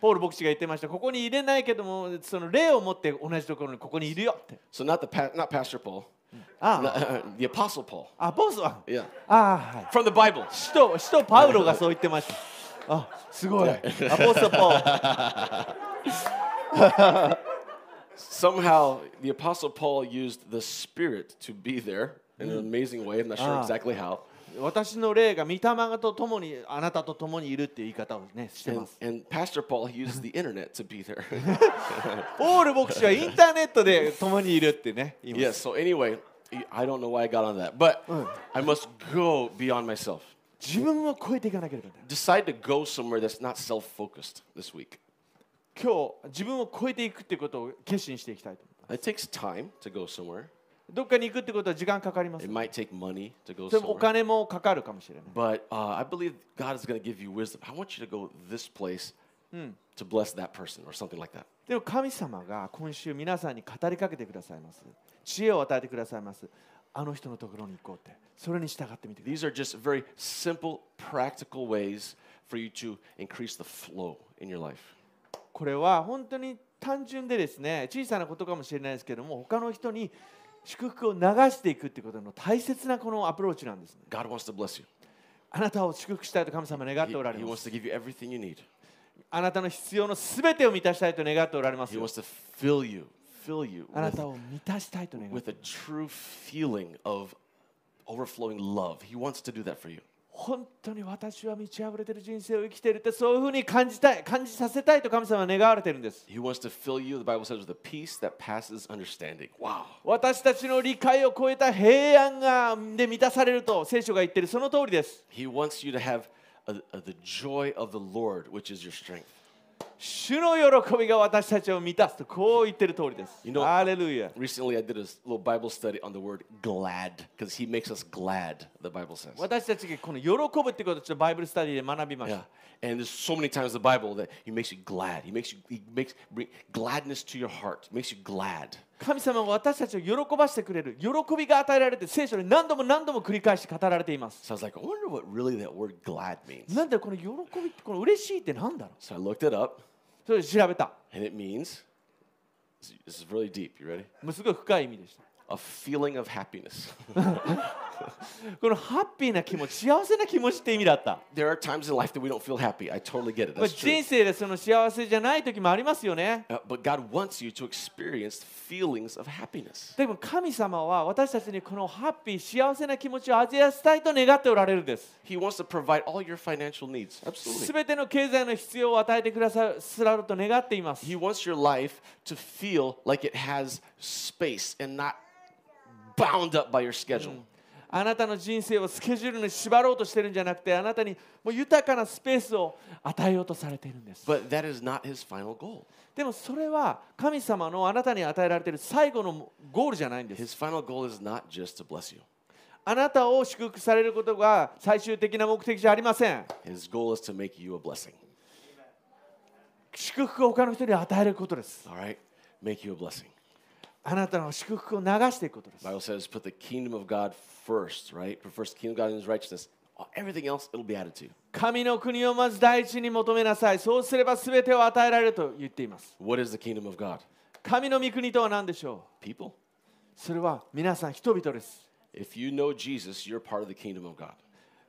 ポール牧師が言ってました。ここに入れないけども、その霊を持って同じところにここにいるよって。 So not the pa- not Pastor Paul, あ not- the Apostle Paul. あ、あポーズは。 Yeah, ああ、はい。 from the Bible. 使徒使徒パウロがそう言ってました。あ、すごい。アポストポール。 somehow the apostle paul used the spirit to be there in an amazing way i'm not sure Ah. exactly how 私の霊が御霊と共にあなたと共にいるっていう言い方をねして and, ます。 and pastor paul he used the internet to be there ポール牧師はインターネットで共にいるってね。言います yes so anyway i don't know why i got on that but i must go beyond myself 自分を超えていかなければならない。 decide to go somewhere that's not self-focused this week 今日自分を超えていくってことを決心していきたいと思 it takes time to go somewhere う。どっかに行くってことは時間かかります it。might take money to go でもお somewhere 金もかかるかもしれない。 but uh, i believe god is going to give you wisdom i want you to go this place to bless that person or something like that でも神様が今週皆さんに語りかけてくださいます。知恵を与えてくださいます。あの人のところに行こうって。それに従ってみてください。 These are just very simple, practical ways for you to increase the flow in your life. これは本当に単純でですね小さなことかもしれないですけども他の人に祝福を流していくってことの大切なこのアプローチなんですね God wants to bless you. あなたを祝福したいと神様願っ He, ておられ he ま wants す to give you everything you need. あなたの必要のすべてを満たしたいと願っておられます He よ wants to fill you, fill you あな with, たを満たしたいと願って with a true feeling of overflowing love. He wants to do that for you. 本当に私は満ち溢れてる人生を生きてるってそういうふうに感じたい感じさせたいと神様は願われてるんです He wants to fill you, the Bible says, with a peace that passes understanding. Wow. 私たちの理解を超えた平安がで満たされると聖書が言ってるその通りです He wants you to have a, a, the joy of the Lord, which is your strength. 主の喜びが私たちを満たすとこう言ってる通りです。 You know- アレルヤ。 Recently, I did a little Bible study on the word glad because he makes us glad, the Bible says. 私たちがこの喜ぶってことをちょっとバイブルスタディで学びました。 Yeah. And there's so many times in the Bible that he makes you glad. He makes you he makes bring gladness to your heart. Makes you glad. 神様が私たちを喜ばせてくれる喜びが与えられて聖書に何度も何度も繰り返し語られています。 So I was like, I wonder what really that word glad means. なんでこの喜びってこの嬉しいって何だろう So I looked it up それで調べた。 and it means this- this is really deep, you ready? もうすごい深い意味でした。 A feeling of happiness. このハッピーな気持ち、幸せな気持ちって意味だった。 there are times in life that we don't feel happy. I totally get it. まあ That's 人 true. 生でその幸せじゃない時もありますよね。 Uh, but God wants you to experience feelings of happiness. でも神様は私たちにこのハッピー、幸せな気持ちを味わわせたいと願っておられるんです。 He wants to provide all your financial needs. す Absolutely. べての経済の必要を与えてくださると願っています He。wants your life to feel like it has space and not bound up by your schedule. あなたの人生をスケジュールに縛ろうとしてるんじゃなくて、あなたにもう豊かなスペースを与えようとされているんです。 But that is not his final goal. でもそれは神様のあなたに与えられている最後のゴールじゃないんです。 His final goal is not just to bless you. あなたを祝福されることが最終的な目的じゃありません。 His goal is to make you a blessing. 祝福を他の人に与えることです。 All right? Make you a blessing. あなたの祝福を流していくことです The。Bible says put the kingdom of God first, right? Put first the kingdom of God and his righteousness. Everything else, it'll be added to you. 必神の国をまず第一に求めなさい。そうすれば全てを与えられると言っています。 What is the kingdom of God? 神の御国とは何でしょ People. うそれは皆さん人々です。 If you know Jesus, you're part of the kingdom of God.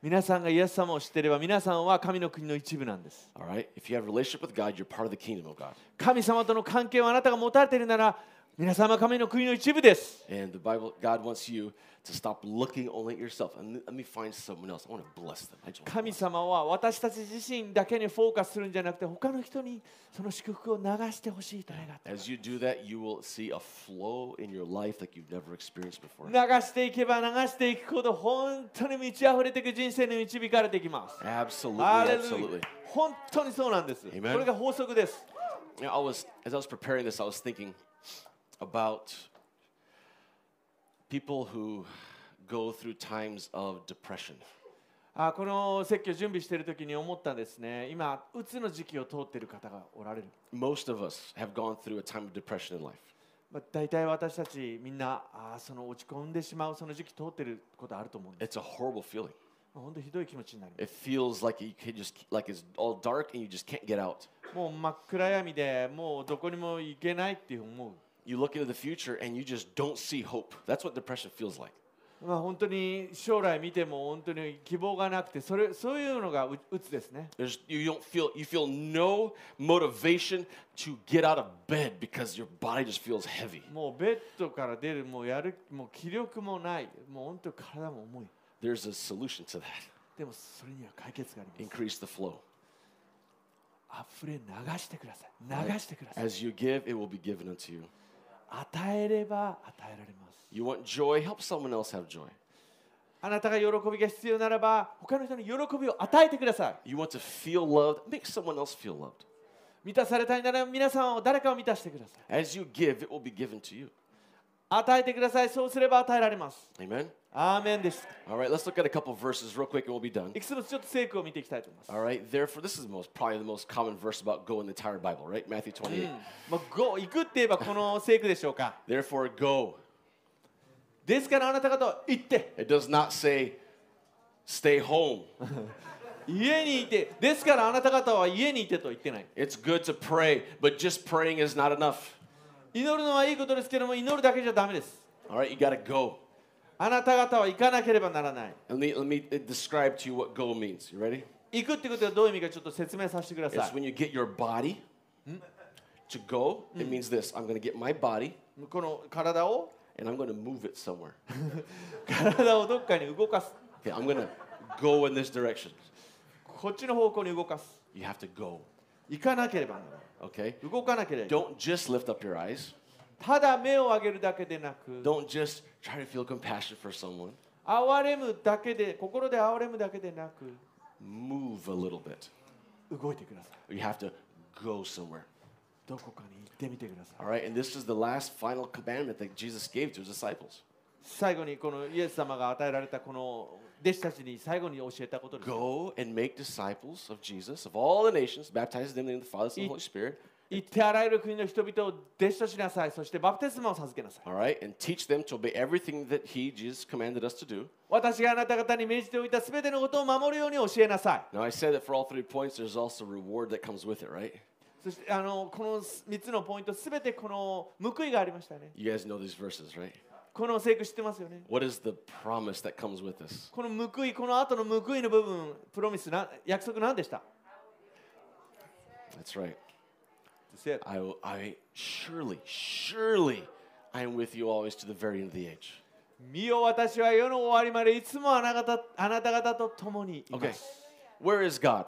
皆さんがイエス様を知っていれば皆さんは神の国の一部なんです。 All right? If you have a relationship with God, you're part of the kingdom of God. 神様との関係をあなたが持たれているなら皆さんは神の国の一部です。 And the Bible, God wants you to stop looking only at yourself. And let me find someone else. I want to bless them. I just want to 神様は私たち自身だけにフォーカスするんじゃなくて他の人にその祝福を流してほしいと願っています As you do that, you will see a flow in your life like you've never experienced before. 流していけば流していくほど本当に満ち溢れていく人生に導かれていきます。 Absolutely, ハレルヤ absolutely. 本当にそうなんです。こ Amen れが法則です。 You know, I was as I was preparing this, I was thinking about people who go through times of depression. あこの説教準備している時に思ったんですね。今、うつの時期を通っている方がおられる。 Most of us have gone through a time of depression in life. まあ、大体私たちみんなあその落ち込んでしまうその時期通っていることあると思うんです。 It's a horrible feeling. まあ本当ひどい気持ちになりま It feels like you can just like it's all dark and you just can't get out. す。もう真っ暗闇でもうどこにも行けないって思 You look into the future and you just don't see hope. That's what depression feels like. う。まあ、本当に将来見ても本当に希望がなくてそれそういうのがううつですね。 There's, you don't feel you feel no motivation to get out of bed because your body just feels heavy. もうベッドから出るもうやるもう気力もないもう本当に体も重い。 There's a solution to that. でもそれには解決があります。 Increase the flow. あふれ流してください。流してください。 As you give, it will be given unto you. 与えれば与えられます。 You want joy? Help someone else have joy. あなたが喜びが必要ならば、他の人に喜びを与えてください。 You want to feel loved? Make someone else feel loved. 満たされたいなら皆さんを誰かを満たしてください。 As you give, it will be given to you. 与えてください。そうすれば与えられます。 Amen. アーメンです。 All right, let's look at a couple verses real quick and we'll be done. いくつもちょっと聖句を見ていきたいと思います。 All right, therefore, this is the most, probably the most common verse about go in the entire Bible, right? Matthew 28. まあ、go 行くって言えばこの聖句でしょうか。 Therefore, go. ですからあなた方は行って、 It does not say stay home. 家にいて、ですからあなた方は家にいてと言ってない。 It's good to pray, but just praying is not enough. 祈るのはいいことですけども、祈るだけじゃダメです。 All right, you got to go. あなた方は行かなければならない。 Let me, let me uh, describe to you what go means. You ready? 行くってことはどういう意味かちょっと説明させてください。It's when you get your body to go. It means this I'm going to get my body この体を and I'm going to move it somewhere. 体をどっかに動かす Okay, I'm going to go in this direction. こっちの方向に動かす You have to go. 行かなければならな Okay? い動かなければ Don't just lift up your eyes. ただ目を上げるだけでなく Don't just try to feel compassion for someone. 哀れむだけで心で哀れむだけでなく Move a little bit. 動いてください You have to go somewhere. どこかに行ってみてください All right, and this is the last final commandment that Jesus gave to his disciples 最後にこのイエス様が与えられたこの弟子たちに最後に教えたことです Go and make disciples of Jesus, of all the nations, baptizing them in the name of the Father, Son, and the Holy Spirit. 行ってあらゆる国の人々を弟子としなさいそしてバプテスマを授けなさい All right, and teach them to obey everything that He, Jesus, commanded us to do. 私があなた方に命じておいた全てのことを守るように教えなさい Now, I said that for all three points, there's also reward that comes with it, right? そしてあのこの3つのポイント全てこの報いがありましたね You guys know these verses, right? この聖句知ってますよね What is the promise that comes with this? この報いこの後の報いの部分プロミスな約束何でした That's right. ?That's it. I, will, I surely, surely, I am with you always to the very end of the age. 見よ私は世の終わりまでいつもあなた方あなた方と共にいます、 Okay. Where is God?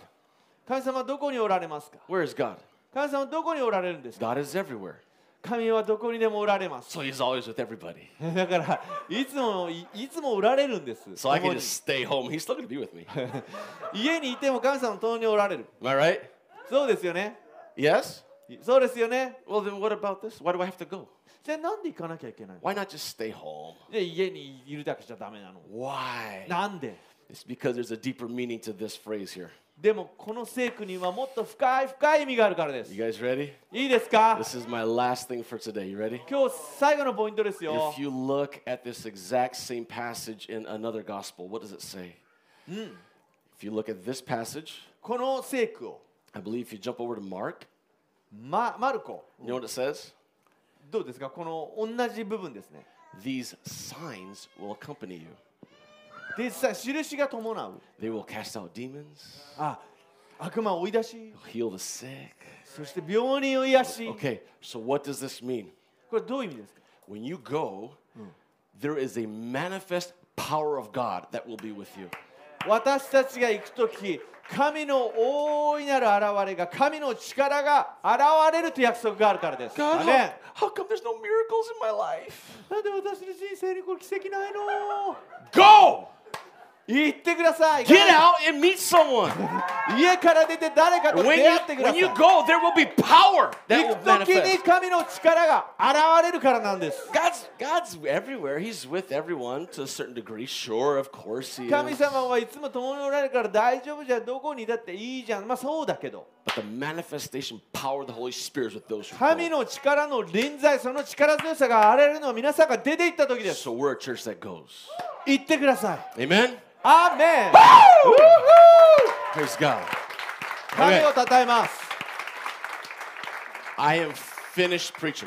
神様はどこにおられますか Where is God? 神様はどこにおられるんですか God is everywhere. 神はどこにでもおられます So he's always with everybody. だからいつもいいつもおられるんです So I 共 can に just stay home. He's still going to be with me. Am 家にいても神様の共におられる I right? そうですよね Yes? そうですよね Well, then what about this? Why do I have to go? じゃあなんで行かなきゃいけないの Why not just stay home? で家にいるだけじゃダメなの Why? なんで It's because there's a deeper meaning to this phrase here. でもこの聖句にはもっと深い深い意味があるからです。 You guys ready? いいですか This is my last thing for today. You ready? 今日最後のポイントですよ If。you Hmm. look at this exact same passage in another gospel, what does it say? If you look at this passage, この聖句を I believe if you jump over to Mark, ママルコ you know what it says? どうですかこの同じ部分ですね These signs will accompany you. でさ印が伴う They will cast out demons, あ悪魔を追い出し heal the sick. そして病人を癒し Okay, so what does this mean? これどういう意味ですか When you go, there is a manifest power of God that will be with you. 私たちが行く時神の大いなる現れが神の力が現れるという約束があるからです。ア God, メン how, how come there's no miracles in my life? なんで私の人生にこう奇跡ないの Go! 行ってください Get out and meet someone. 家から出て誰かと When 出 you, 会ってくだ when さい you go, there will be power 行 that will く時に manifest. 神の力が現れるからなんです God's, God's everywhere. He's with everyone to a certain degree. Sure, of course He 神 is. 様はいつも共におられるから大丈夫じゃどこにだっていいじゃんまあそうだけど But the manifestation power of the Holy Spirit is with those who 神 go. の力の臨在その力強さが現れるのは皆さんが出て行った時です So we're a church that goes. 行ってください Amen? アーメン Praise God. 神をたたえます I am finished preaching.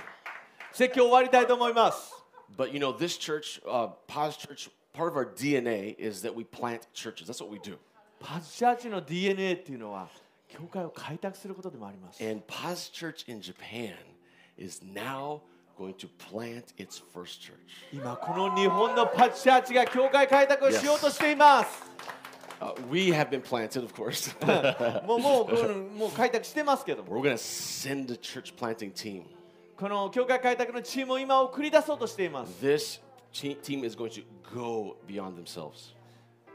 説教終わりたいと思います But you know, this church, uh, Paz Church, part of our DNA is that we plant churches. That's what we do. パズチャーチの DNA っていうのは教会を開拓することでもあります And Paz Church in Japan is now going to plant its first church. 今この日本のパチチャーチが教会開拓をしようとしています、 Uh, we have been planted, of course. もうもうこのもう開拓してますけども We're going to send a church planting team. この教会開拓のチームを今送り出そうとしています This te- team is going to go beyond themselves.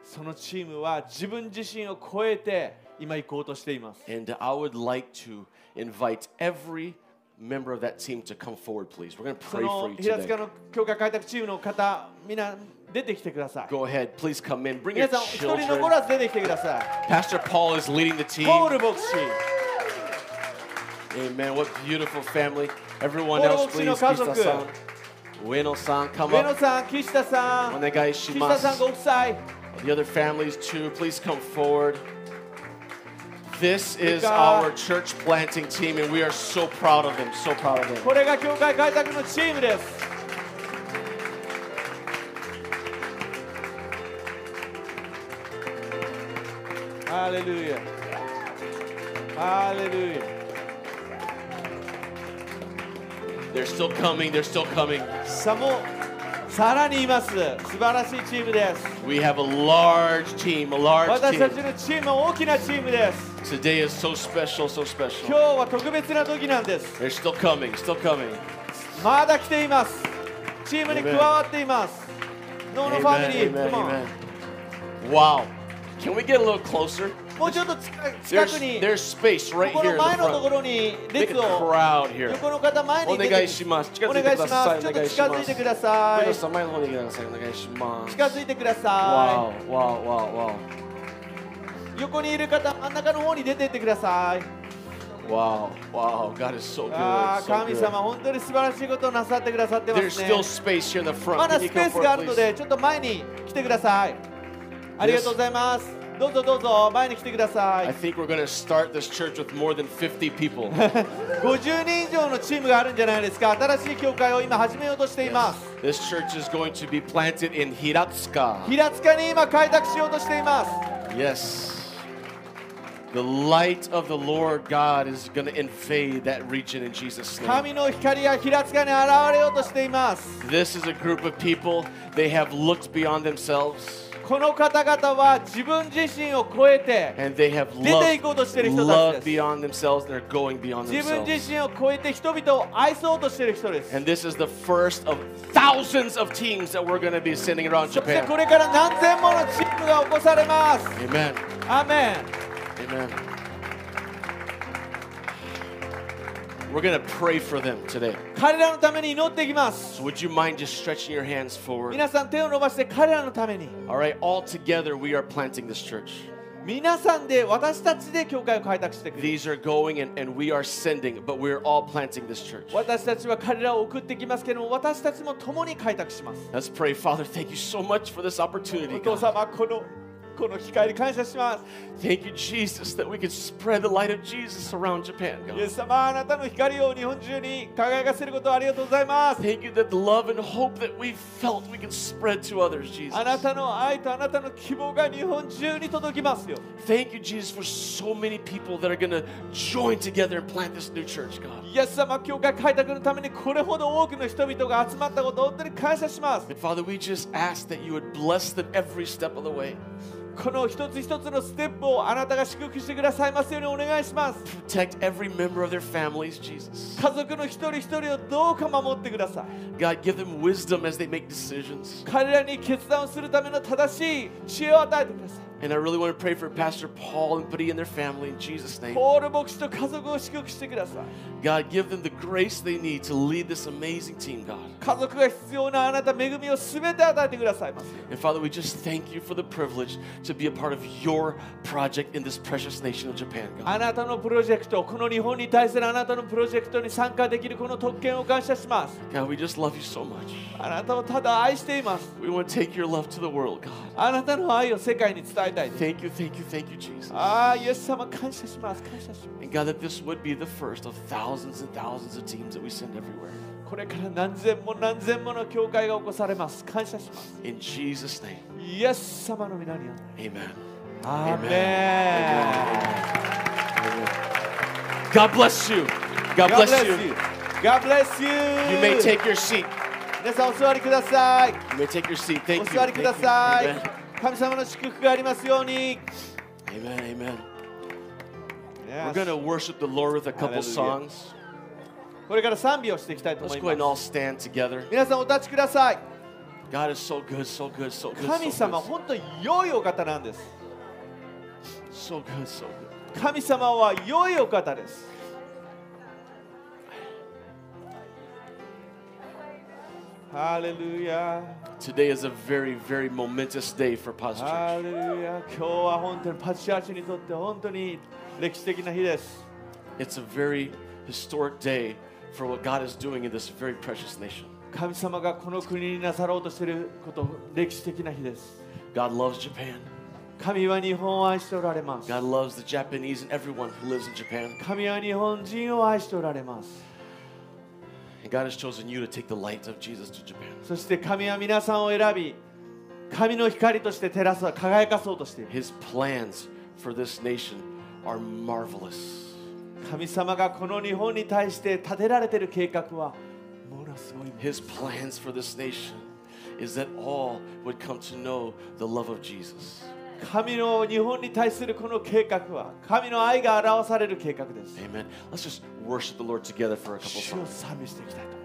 そのチームは自分自身を超えて今行こうとしています And I would like to invite every member of that team to come forward, please. We're going to そ pray for の you 平塚 today. の教会開拓チームの方みんな出てきてください Go ahead, please come in. Bring 皆 your さん一人残 children. らず出てきてください Pastor Paul is leading the team. ポール牧師 Amen. What beautiful family. Everyone Paul else, please. Oksino kazoku. Kishida-san, Ueno-san, come 上野 up. さん岸田さん Onegai 岸田さん shimasu. ご夫妻 The other families too, please come forward. This is God. our church planting team, and we are so proud of them. So proud of them. これが教会開拓のチームです。ハレルヤ。ハレルヤ。 They're still coming. They're still coming. さもさらにいます。素晴らしいチームです。 We have a large team. A large 私たち team. のチームは大きなチームです。 Today is so special. So 今 special. 日は特別な時なんです。 They're still coming. Still coming. まだ来ています。チームに加わっています。ノーノファ Amen. ミリー、 Amen. カモン Amen. Wow. Can we get a little closer? もうちょっと近く近く There's, に。 there's space right この here in 前 the のとこ front. ろに Make a 列を crowd here. 横の方前に出てお願いしますお願いしますちょっと近近づづいいててくくだださい皆様お願いします。近づいてくださ Wow, wow, wow, wow. い横にいる方真ん中の方に出てってください Wow, wow. God is so good. ああ so 神 good. 様本当に素晴らしいことをなさってくださってま There's すね still space here in the ま front. だ Can ス you ペ go ースがあ forward, るの please? でちょっと前に来てくださいありがとうございますどうぞどうぞ前に来てくださ I い think we're going to start this church with more than 50 people. 50人以上のチームがあるんじゃないですか新しい教会を今始めようとしています this church is going to be planted in Hiratsuka. 平塚に今開拓しようとしています Yes. The light of the Lord God is going to invade that region in Jesus' name. 神の光が平塚に現れようとしています This is a group of people, they have looked beyond themselves. この方々は自分自身を超えて And they have 出て行こうとしてる loved, 人たち loved です beyond themselves. They're going beyond 自分 themselves. 自身を超えて人々を愛そうとしてる人です And this is the first of thousands of teams that we're going to be sending around そしてこ Japan. れから何千ものチームが起こされます Amen. アーメ Amen. We're going to pray for them today. ン彼らのために祈っていきます So would you mind just stretching your hands forward? 皆さん手を伸ばして彼らのために All right, all together we are planting this church. 皆さんで私たちで教会を開拓していく These are going and, and we are sending, but we're all planting this church. 私たちは彼らを送ってきますけども私たちも共に開拓します Let's pray. Father, thank you so much for this opportunity. お父 God. 様このこの光に感謝します Thank you, Jesus, that we could spread the light of Jesus around Japan, イエ God. ス様あなたの光を日本中に輝かせることをありがとうございます Thank you that the love and hope that we felt we can spread to others, あな Jesus. たの愛とあなたの希望が日本中に届きますよ Thank you, Jesus, for so many people that are going to join together and plant this new church, God. イエス様教会開拓のためにこれほど多くの人々が集まったことを本当に感謝します And Father, we just ask that you would bless them every step of the way. この一つ一つのステップをあなたが祝福してくださいますようにお願いします Protect every member of their families, Jesus. 家族の一人一人をどうか守ってください God, give them wisdom as they make decisions. 彼らに決断をするための正しい知恵を与えてください And I really want to pray for Pastor Paul and Buddy and their family in Jesus' name. ポール牧師と家族を祝福してください God, give them the grace they need to lead this amazing team, God. 家族が必要なあなた恵みを全て与えてくださいます And Father, we just thank you for the privilege to be a part of your project in this precious nation of Japan, God. あなたのプロジェクトこの日本に対するあなたのプロジェクトに参加できるこの特権を感謝します God, we just love you so much. あなたをただ愛しています We want to take your love to the world, God. あなたの愛を世界に伝えたいです Thank you, thank you, thank you, Jesus. ああイエス様感謝します感謝しま And God, that this would be the first of thousands and thousands of teams that we send everywhere. すこれから何千も何千もの教会が起こされます感謝します In Jesus' name, イエス様の皆によって amen. アー Amen. メン God bless you. God God bless bless you. you. God bless you. You may take your seat. 皆さんお座りください。 You may take your seat. お Thank you. 座りくだ Thank you. さ Amen. い。神様の祝福がありますように。 Amen. Amen. We're Yes. going to worship the Lord with a couple Hallelujah. songs. これから賛美をしていきたいと Let's 思 go い ahead and ま all す。 stand together. 皆さんお立ちください。 God is so good, so good, so good. 神 So 様、 good, 本当に良いお方なんです。 so good, so good. 神様は良いお方です。ハレルヤ Today is a very, very momentous day for Paz ハ Church. レルヤ今日は本当にパチアーチにとって本当に歴史的な日です。 It's a very historic day for what God is doing in this very precious nation. 神様がこの国になさろうとしていること歴史的な日です God loves Japan. 神は日本を愛しておられます God loves the Japanese and everyone who lives in Japan. 神は日本人を愛しておられます And God has chosen you to take the light of Jesus to Japan. そして神は皆さんを選び神の光として照らす輝かそうとしている His plans for this nation are marvelous. 神様がこの日本に対して立てられている計画はものすごい His plans for this nation is that all would come to know the love of Jesus. 神の日本に対するこの計画は神の愛が表される計画です Amen. Let's just worship the Lord together for a couple 主を songs. 賛美していきたいと思います